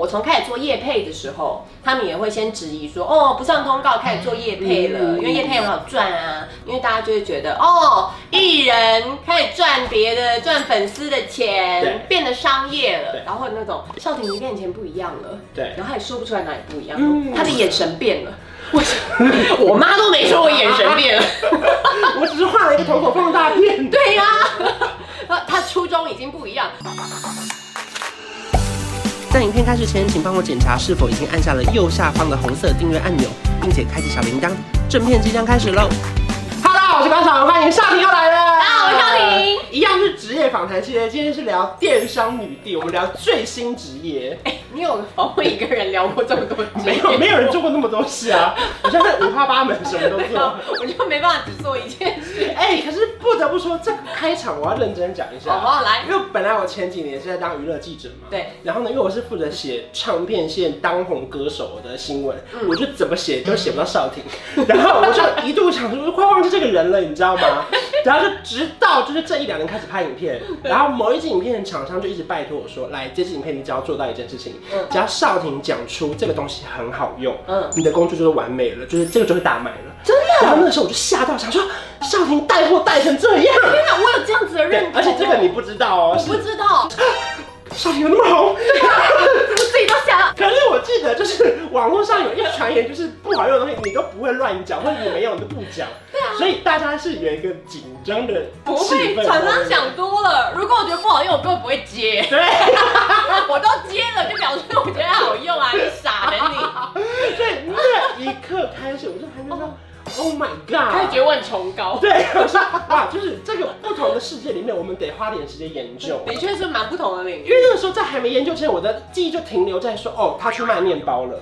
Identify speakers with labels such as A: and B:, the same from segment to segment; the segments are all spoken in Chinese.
A: 我从开始做业配的时候，他们也会先质疑说，哦，不上通告开始做业配了，因为业配很好赚啊，因为大家就会觉得，哦，艺人开始赚别的赚粉丝的钱
B: 对，
A: 变得商业了
B: 对，
A: 然后那种少婷你跟以前不一样了，
B: 对
A: 然后他也说不出来哪里不一样，
B: 嗯
A: 他的眼神变了， 我我妈都没说我眼神变了。
B: 我只是换了一个头口放大片。
A: 对呀、 他他初衷已经不一样。
C: 在影片开始前，请帮我检查是否已经按下了右下方的红色订阅按钮，并且开启小铃铛。正片即将开始喽！
B: 哈喽，我是观赏，欢迎少婷又来了。大
A: 家好我是少婷，
B: 一样是职业访谈系列，今天是聊电商女帝，我们聊最新职业。
A: 你有访问一个人聊过这么多？
B: 没有， 没有人做过那么多事啊！我现在五花八门，什么都做。
A: 我就没办法只做一件事。
B: 哎、可是不得不说，这个开场我要认真讲一
A: 好不
B: 下，
A: 哦好？来
B: 因，为本来我前几年是在当娱乐记者嘛，
A: 对，
B: 然后呢，因为我是负责写唱片线当红歌手的新闻，
A: 嗯
B: 我就怎么写都写不到少婷， 然后我就一度想说快忘记这个人了，你知道吗？ 然后就直到就是这一两年开始拍影片，
A: 嗯
B: 然后某一支影片的厂商就一直拜托我说，来这支影片你只要做到一件事情，只要少婷讲出这个东西很好用，
A: 嗯
B: 你的工具就是完美了，就是这个就是大卖了。
A: 真的？
B: 然后那个时候我就吓到，想说少婷带货带成这 样，
A: 天哪，我有这样子的
B: 对
A: 认，同，
B: 而且这个你不知道哦，
A: 啊我不啊
B: 是
A: 知道，
B: 少婷有那么红。
A: 我自己都吓到。
B: 可是我记得，就是网络上有一个传言，就是不好用的东西你都不会乱讲，或者你没有你就不讲。对啊。所以大家是有一个紧张的
A: 不
B: 气
A: 会，
B: 氛。
A: 厂商想多了。如果我觉得不好用，我根本不会接。
B: 对，
A: 我都接了，就表示我觉得它好用啊！你傻的你，
B: 所以那一刻开始，我就还在说，Oh my
A: 哦开始觉
B: God。
A: 得我很崇高。
B: 对，我说哇，就是这个不同的世界里面，我们得花点时间研究。
A: 的确是蛮不同的领
B: 因
A: 域。
B: 为那个时候在还没研究之前，我的记忆就停留在说，哦，他去卖面包 了。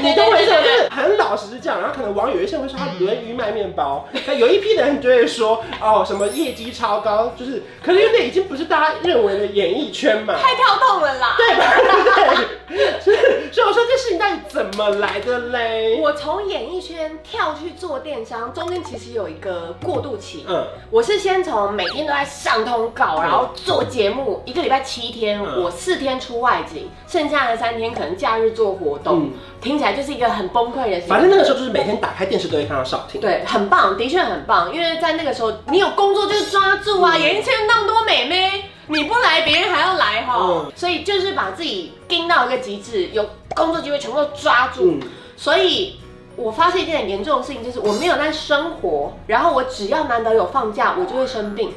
B: 你懂我意思吗？就是很老实是这样，然后可能网友有一些人会说他轮鱼卖面包，那有一批的人就会说，哦，什么业绩超高，就是，可是因为那已经不是大家认为的演艺圈嘛。
A: 太跳动了啦！
B: 对吧？ 对，所以所以我说这事情到底怎么来的嘞？
A: 我从演艺圈跳去做电商，中间其实有一个过渡期。
B: 嗯，
A: 我是先从每天都在上通告，
B: 嗯
A: 然后做节目，一个礼拜七天，
B: 嗯
A: 我四天出外景，剩下的三天可能假日做活动
B: 嗯，
A: 听起来就是一个很崩溃的事情。
B: 反正那个时候就是每天打开电视都会看到少婷。
A: 对，很棒，的确很棒，因为在那个时候，你有工作就是抓住
B: 嗯
A: 啊，演艺圈那么多美眉，你不来别人还要来哈，
B: 嗯
A: 所以就是把自己盯到一个极致，有工作机会全部都抓住，
B: 嗯
A: 所以。我发现一件很严重的事情，就是我没有在生活，然后我只要难得有放假，我就会生病。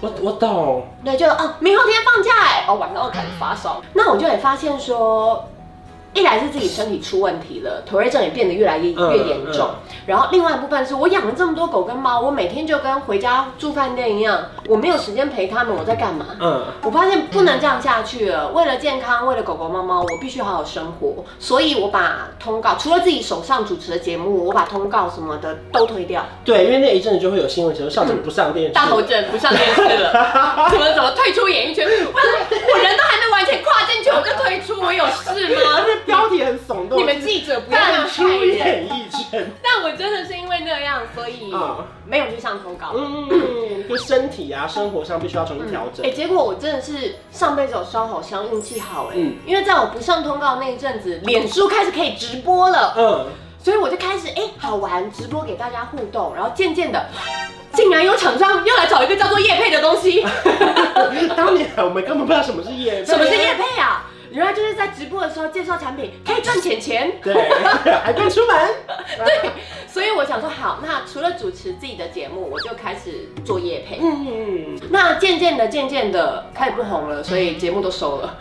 B: 我我懂。
A: 对，就哦，明后天放假哎，
B: 嗯
A: 哦，晚上又开始发烧。那我就也发现说，一来是自己身体出问题了，妥瑞症也变得越来越
B: 嗯
A: 越严重。然后另外一部分是我养了这么多狗跟猫，我每天就跟回家住饭店一样，我没有时间陪它们，我在干嘛？
B: 嗯，
A: 我发现不能这样下去了。为了健康，为了狗狗、猫猫，我必须好好生活。所以，我把通告除了自己手上主持的节目，我把通告什么的都推掉。
B: 对，因为那一阵子就会有新闻写说少婷不上电视，
A: 大头症不上电视 了，怎么怎么退出演艺圈？我我人都还没完全跨进去，我就退出，我有事
B: 而
A: 吗？
B: 且标题很耸动，
A: 你们记者不要
B: 淡
A: 这样害
B: 出
A: 人。
B: 演艺圈。
A: 但我真的是因为那样，所以
B: 啊
A: 没有去上通告。
B: 嗯，就身体啊、生活上必须要重新调整
A: 哎、。结果我真的是上辈子有烧好香，运气好哎、
B: 嗯
A: 因为在我不上通告那一阵子，脸书开始可以直播了，
B: 嗯，
A: 所以我就开始哎、好玩，直播给大家互动，然后渐渐的，竟然有厂商要来找一个叫做叶配的东西，
B: 当年啊我们根本不知道什么是业，
A: 什么是业？配啊？原来就是在直播的时候介绍产品可以赚钱钱，
B: 对，还不能出门。
A: 对，所以我想说好，那除了主持自己的节目，我就开始做业配。
B: 嗯，
A: 那渐渐的，渐渐的开始不红了，所以节目都收了，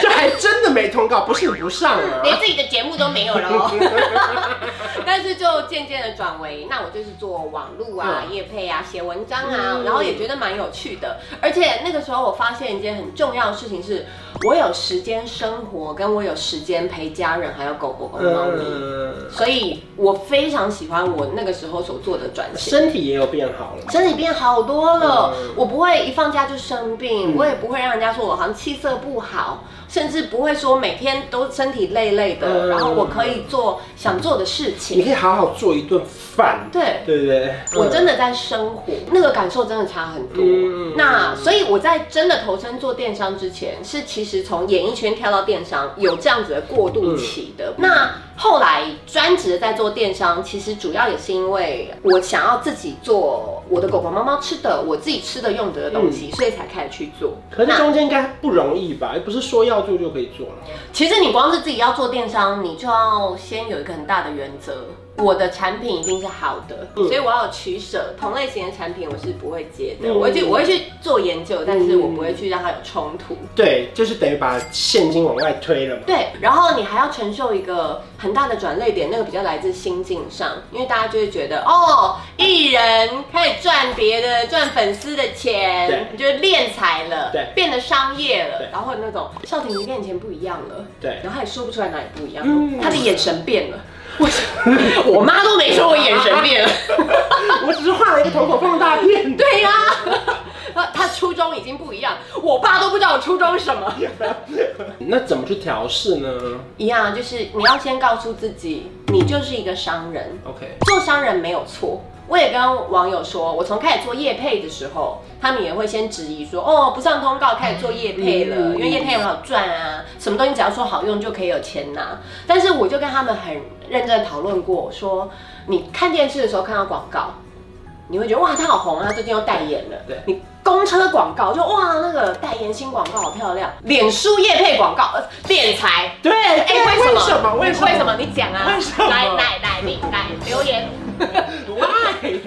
B: 这还真的没通告，不是你不上啊。
A: 连自己的节目都没有了哦。 但是就渐渐的转为，那我就是做网路啊、
B: 嗯
A: 业配啊、写文章啊，
B: 嗯
A: 然后也觉得蛮有趣的。而且那个时候我发现一件很重要的事情是，我有时间生活，跟我有时间陪家人，还有狗狗跟猫咪。
B: 嗯，
A: 所以我非常喜欢我那个时候所做的转型。
B: 身体也有变好了。
A: 身体变好多了，
B: 嗯
A: 我不会一放假就生病，
B: 嗯
A: 我也不会让人家说我好像气色不好，甚至不会说每天都身体累累的，
B: 嗯
A: 然后我可以做想做的事情。
B: 你可以好好做一顿饭，
A: 对。
B: 对不对？嗯
A: 我真
B: 的
A: 的在生活，那个感受真的差很多。
B: 嗯
A: 那所以我在真的投身做电商之前，是其实从演艺圈跳到电商有这样子的过渡期
B: 嗯
A: 的。那后来专职地在做电商，其实主要也是因为我想要自己做我的狗狗、猫猫吃的，我自己吃的用得的东西，所以才开始去做。
B: 嗯可是
A: 那
B: 中间应该不容易吧？不是说要做就可以做了。
A: 其实你光是自己要做电商，你就要先有一个很大的原则。我的产品一定是好的，
B: 嗯
A: 所以我要有取舍。同类型的产品我是不会接的，
B: 嗯
A: 我会去我会去做研究，但是
B: 嗯
A: 我不会去让它有冲突。
B: 对，就是等于把现金往外推了嘛。
A: 对，然后你还要承受一个很大的转泪点，那个比较来自心境上，因为大家就会觉得哦，艺人开始赚别的赚粉丝的钱
B: 对，
A: 你就敛财了，
B: 对
A: 变得商业了
B: 对，
A: 然后那种少婷你练钱不一样了，
B: 对
A: 然后他也说不出来哪里不一样，
B: 嗯
A: 他的眼神变 了。我我妈都没说我眼神变了，
B: 我只是画了一个瞳孔放大 片。
A: 对呀、他他初衷已经不一样，我爸都不知道我初衷是什么。
B: 那怎么去调试呢
A: 一样啊，就是你要先告诉自己，你就是一个商人，
B: ？OK，
A: 做商人没有错。我也跟网友说，我从开始做业配的时候，他们也会先质疑说，哦，不上通告开始做业配了，
B: 嗯
A: 因为业配很好赚啊，什么东西只要说好用就可以有钱拿。但是我就跟他们很认真地讨论过，说你看电视的时候看到广告，你会觉得哇，他好红啊，他最近又代言了。
B: 对
A: 你公车广告就哇，那个代言新广告好漂亮，脸书业配广告，呃敛财。
B: 对，
A: 哎、为什么？
B: 为什么？
A: 为什么？你讲啊！
B: 为什么
A: 来来来，你来留言。
B: ？Why？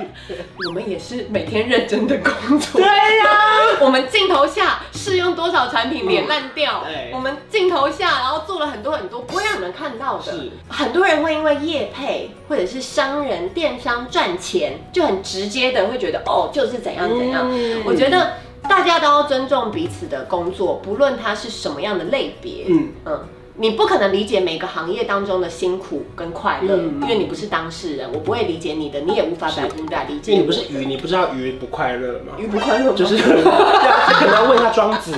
A: 我们也是每天认真的工作
B: 对。呀、
A: 啊我们镜头下试用多少产品，脸烂掉
B: 对。
A: 我们镜头下，然后做了很多很多不会让你们看到的
B: 是。
A: 很多人会因为业配或者是商人、电商赚钱，就很直接的会觉得哦，就是怎样怎样。
B: 嗯
A: 我觉得大家都要尊重彼此的工作，不论它是什么样的类别。
B: 嗯
A: 嗯，你不可能理解每个行业当中的辛苦跟快乐，
B: 嗯
A: 因为你不是当事人，我不会理解你的，你也无法百分之百理解
B: 因
A: 我
B: 为
A: 的。
B: 嗯你不是鱼，你不知道鱼不快乐吗？
A: 鱼不快乐吗，
B: 就是 要可能要问一下庄子，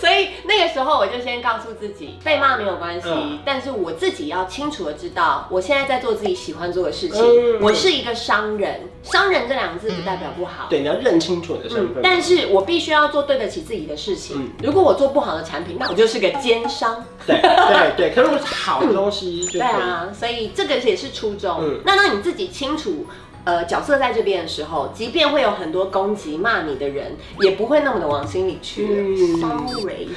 A: 所以那个时候我就先告诉自己，被骂没有关系，
B: 嗯
A: 但是我自己要清楚的知道，我现在在做自己喜欢做的事情，
B: 嗯
A: 我是一个商人，商人这两个字不代表不好。
B: 嗯
A: 嗯
B: 对，你要认清楚你的身份。
A: 但是我必须要做对得起自己的事情。
B: 嗯
A: 如果我做不好的产品，那我就是个奸商。
B: 对对对，可是如果是好的东西就
A: 对
B: 可以。
A: 啊，所以这个也是初衷。
B: 嗯
A: 那当你自己清楚，呃，角色在这边的时候，即便会有很多攻击骂你的人，也不会那么的往心里去了。
B: 嗯
A: Sorry，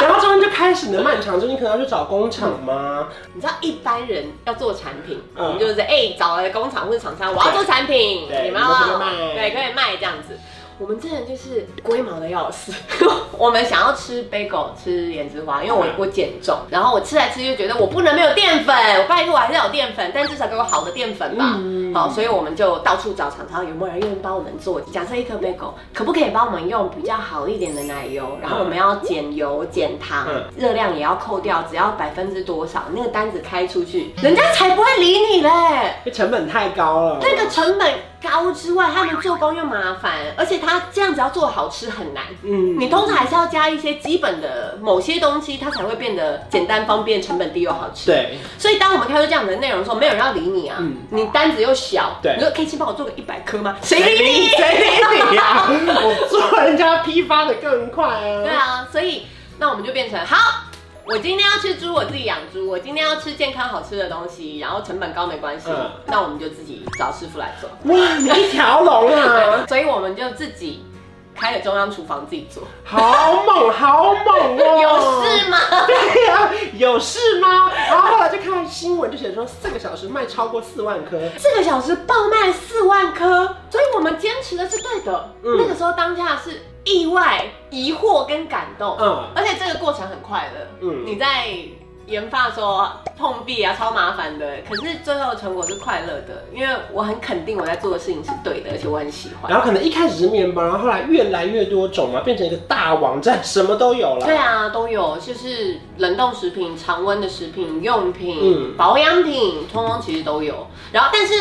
B: 然后中间就开始你的漫长，就你可能要去找工厂吗？
A: 你知道一般人要做产品，
B: 嗯
A: 我们就是哎、找了工厂或者厂商，我要做产品，
B: 对
A: 你们要不要
B: 你们可不可以卖
A: 对，可以卖这样子。我们这人就是龟毛的要死， 我们想要吃 bagel 吃盐之花，因为我
B: 嗯
A: 我减重，然后我吃来吃去就觉得我不能没有淀粉，我拜托我还是要有淀粉，但至少给我好的淀粉吧。
B: 嗯
A: 好，所以我们就到处找厂商有没有人愿意帮我们做。假设一颗 bagel 可不可以帮我们用比较好一点的奶油，然后我们要减油、减糖
B: 嗯，
A: 热量也要扣掉，只要百分之多少，那个单子开出去，人家才不会理你嘞。
B: 因为成本太高了。
A: 那个成本高之外，他们做工又麻烦，而且他这样子要做好吃很难。
B: 嗯
A: 你通常还是要加一些基本的某些东西，它才会变得简单、方便、成本低又好吃。
B: 对
A: 所以当我们开出这样的内容的时候，没有人要理你啊，
B: 嗯
A: 你单子又小，
B: 对
A: 你说可以先帮我做个一百颗吗？谁
B: 哎
A: 理你？
B: 谁理你啊？我做人家批发的更快啊。
A: 对啊，所以那我们就变成好。我今天要吃猪，我自己养猪；我今天要吃健康好吃的东西，然后成本高没关系，
B: 嗯
A: 那我们就自己找师傅来做。
B: 哇，你一条龙啊，
A: 所以我们就自己开了中央厨房自己做，
B: 好猛，好猛哦！
A: 有事吗？
B: 对呀、有事吗？然后后来就看新闻，就写说四个小时卖超过四万颗，
A: 四个小时爆卖四万颗，所以我们坚持的是对的。
B: 嗯
A: 那个时候当下是意外、疑惑跟感动，
B: 嗯
A: 而且这个过程很快乐。
B: 嗯
A: 你在研发的时候碰壁啊，超麻烦的，可是最后的成果是快乐的，因为我很肯定我在做的事情是对的，而且我很喜欢。
B: 然后可能一开始是面包，然后后来越来越多种啊，变成一个大网站，什么都有了。
A: 对啊，都有，就是冷冻食品、常温的食品、用品、
B: 嗯
A: 保养品，通通其实都有。然后，但是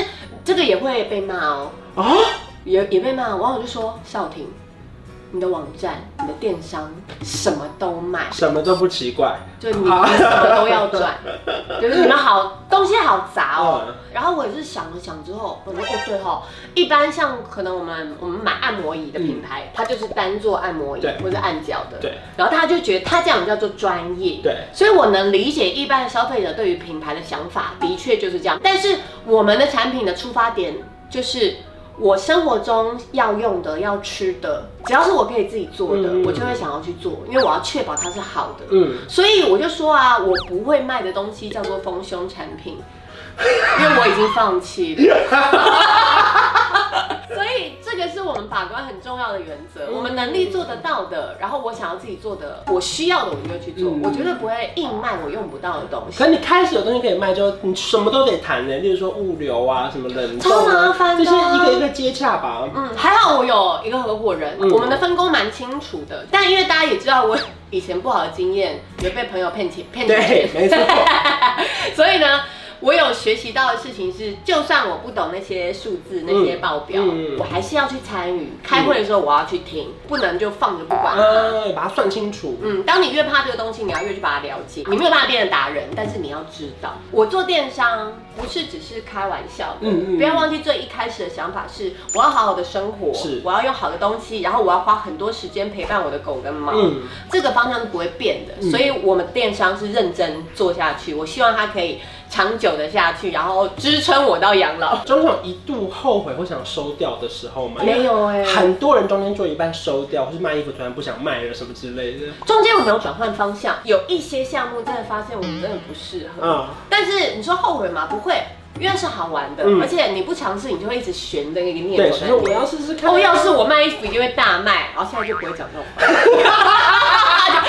A: 这个也会被骂哦，
B: 哦，
A: 也也被骂，网友就说少婷，你的网站、你的电商什么都卖，
B: 什么都不奇怪。
A: 就你你什么都要赚，就是你们好东西好杂 哦。
B: 嗯
A: 然后我也是想了想之后，我说哦对哦，一般像可能我们我们买按摩椅的品牌，它就是单做按摩椅
B: 对
A: 或者按脚的，
B: 对。
A: 然后他就觉得他这样叫做专业，
B: 对，
A: 所以我能理解一般的消费者对于品牌的想法，的确就是这样。但是我们的产品的出发点就是我生活中要用的、要吃的，只要是我可以自己做的，
B: 嗯
A: 我就会想要去做，因为我要确保它是好的。
B: 嗯，
A: 所以我就说啊，我不会卖的东西叫做丰胸产 品，因为我已经放弃了。所以这个是我们把关很重要的原则，
B: 嗯
A: 我们能力做得到的，然后我想要自己做的，我需要的我就去做，
B: 嗯
A: 我绝对不会硬卖我用不到的东西
B: 可。你开始有东西可以卖之后，你什么都得谈的，例如说物流啊，什么冷冻、啊，
A: 超麻烦的
B: 这些一个一个接洽吧。
A: 嗯，还好我有一个合伙人，
B: 嗯
A: 我们的分工蛮清楚的。但因为大家也知道我以前不好的经验，也被朋友骗钱骗钱，
B: 对，没错，
A: 所以呢，我有学习到的事情是，就算我不懂那些数字、那些报表，
B: 嗯
A: 我还是要去参与。开会的时候我要去听，不能就放着不管它。
B: 嗯，把它算清楚。
A: 嗯，当你越怕这个东西，你要越去把它了解。你没有办法变成达人，但是你要知道，我做电商不是只是开玩笑的。
B: 嗯嗯，
A: 不要忘记最一开始的想法是，我要好好的生活，
B: 是
A: 我要用好的东西，然后我要花很多时间陪伴我的狗跟猫。
B: 嗯，
A: 这个方向是不会变的，
B: 嗯
A: 所以我们电商是认真做下去，我希望它可以长久的下去，然后支撑我到养 老。
B: 中间有一度后悔或想收掉的时候嘛，
A: 没有哎、
B: 很多人中间做一半收掉，或是卖衣服突然不想卖了什么之类的。
A: 中间我没有转换方向，有一些项目真的发现我真的不适合，
B: 嗯，
A: 但是你说后悔吗？不会，因为是好玩的，
B: 嗯
A: 而且你不尝试，你就会一直悬着一个念
B: 对，
A: 头在
B: 所以
A: 那
B: 说我
A: 边。
B: 要试试看。
A: 哦，要是我卖衣服一定会大卖，然后现在就不会讲这种话。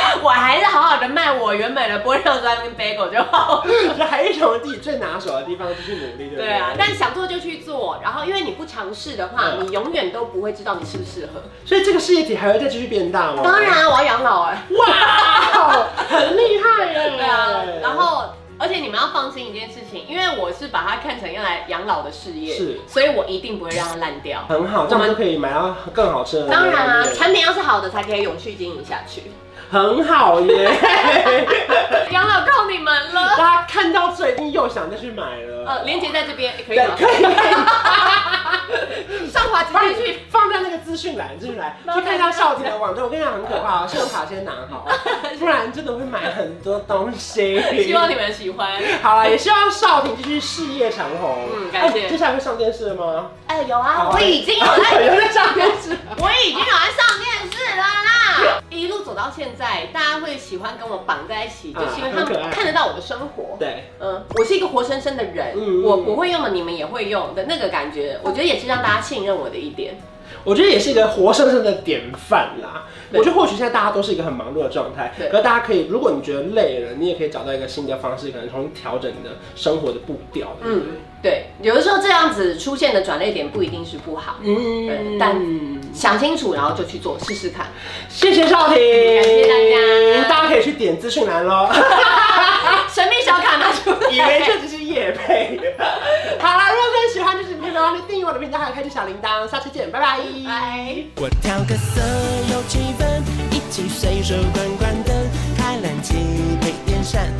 A: 我还是好好的卖我原本的玻尿酸跟 bagel 就好了。
B: 这还是我自己最拿手的地方，就是努力，对不对？
A: 对啊，但想做就去做，然后因为你不尝试的话，
B: 嗯哦
A: 你永远都不会知道你适不适合。
B: 所以这个事业体还会再继续变大吗？
A: 当，然，我要养老哎、
B: 哇，很厉害耶！
A: 对啊，然后。而且你们要放心一件事情，因为我是把它看成要来养老的事业，
B: 是
A: 所以我一定不会让它烂掉。
B: 很好，这
A: 我
B: 样
A: 们
B: 就可以买到更好吃的。
A: 当然啊，产品要是好的，才可以永续经营下去。
B: 很好耶！
A: 养老靠你们了。
B: 大家看到这一定又想再去买了。
A: 呃，连接在这边可以
B: 对，
A: 吗？
B: 可以可以，
A: 上滑直
B: 把
A: 接
B: 你
A: 去，
B: 放在那个资讯栏，资讯栏去看一下少婷的网站。我跟你讲很可怕哦，信用卡先拿好，哦 不然真的会买很多东西。
A: 希望你们喜欢。
B: 好了，也希望少婷继续事业长虹。
A: 嗯感谢
B: 哎接下来会上电视 了吗？
A: 哎，有啊
B: 好，
A: 我已经有在，
B: 有在上电视。
A: 我已经有在上电视了啦。一路走到现在，大家会喜欢跟我绑在一起，
B: 啊
A: 就是因为他
B: 很可爱
A: 们看得到我的生活。
B: 对，
A: 嗯，我是一个活生生的人，
B: 嗯
A: 我我会用的，你们也会用的那个感觉，我觉得也是让大家信任我的一点。
B: 我觉得也是一个活生生的典范啦。
A: 对
B: 我觉得或许现在大家都是一个很忙碌的状态，
A: 对
B: 可是大家可以，如果你觉得累了，你也可以找到一个新的方式，可能重新调整你的生活的步调。嗯
A: 嗯，对，有的时候这样子出现的转捩点不一定是不好，
B: 嗯
A: 对，想清楚然后就去做，试试 看。
B: 谢谢少婷，
A: 谢大家
B: 大家可以去点资讯 栏喽。
A: 神秘小卡拿出来，
B: 以为 这只是夜配。好啦，如果真的喜欢这支影片，别忘记订阅我的频道，还有开启小铃铛。下期见，拜拜。
A: 拜。
C: 我调个色有气氛，一起随手关关灯，开冷气配电扇，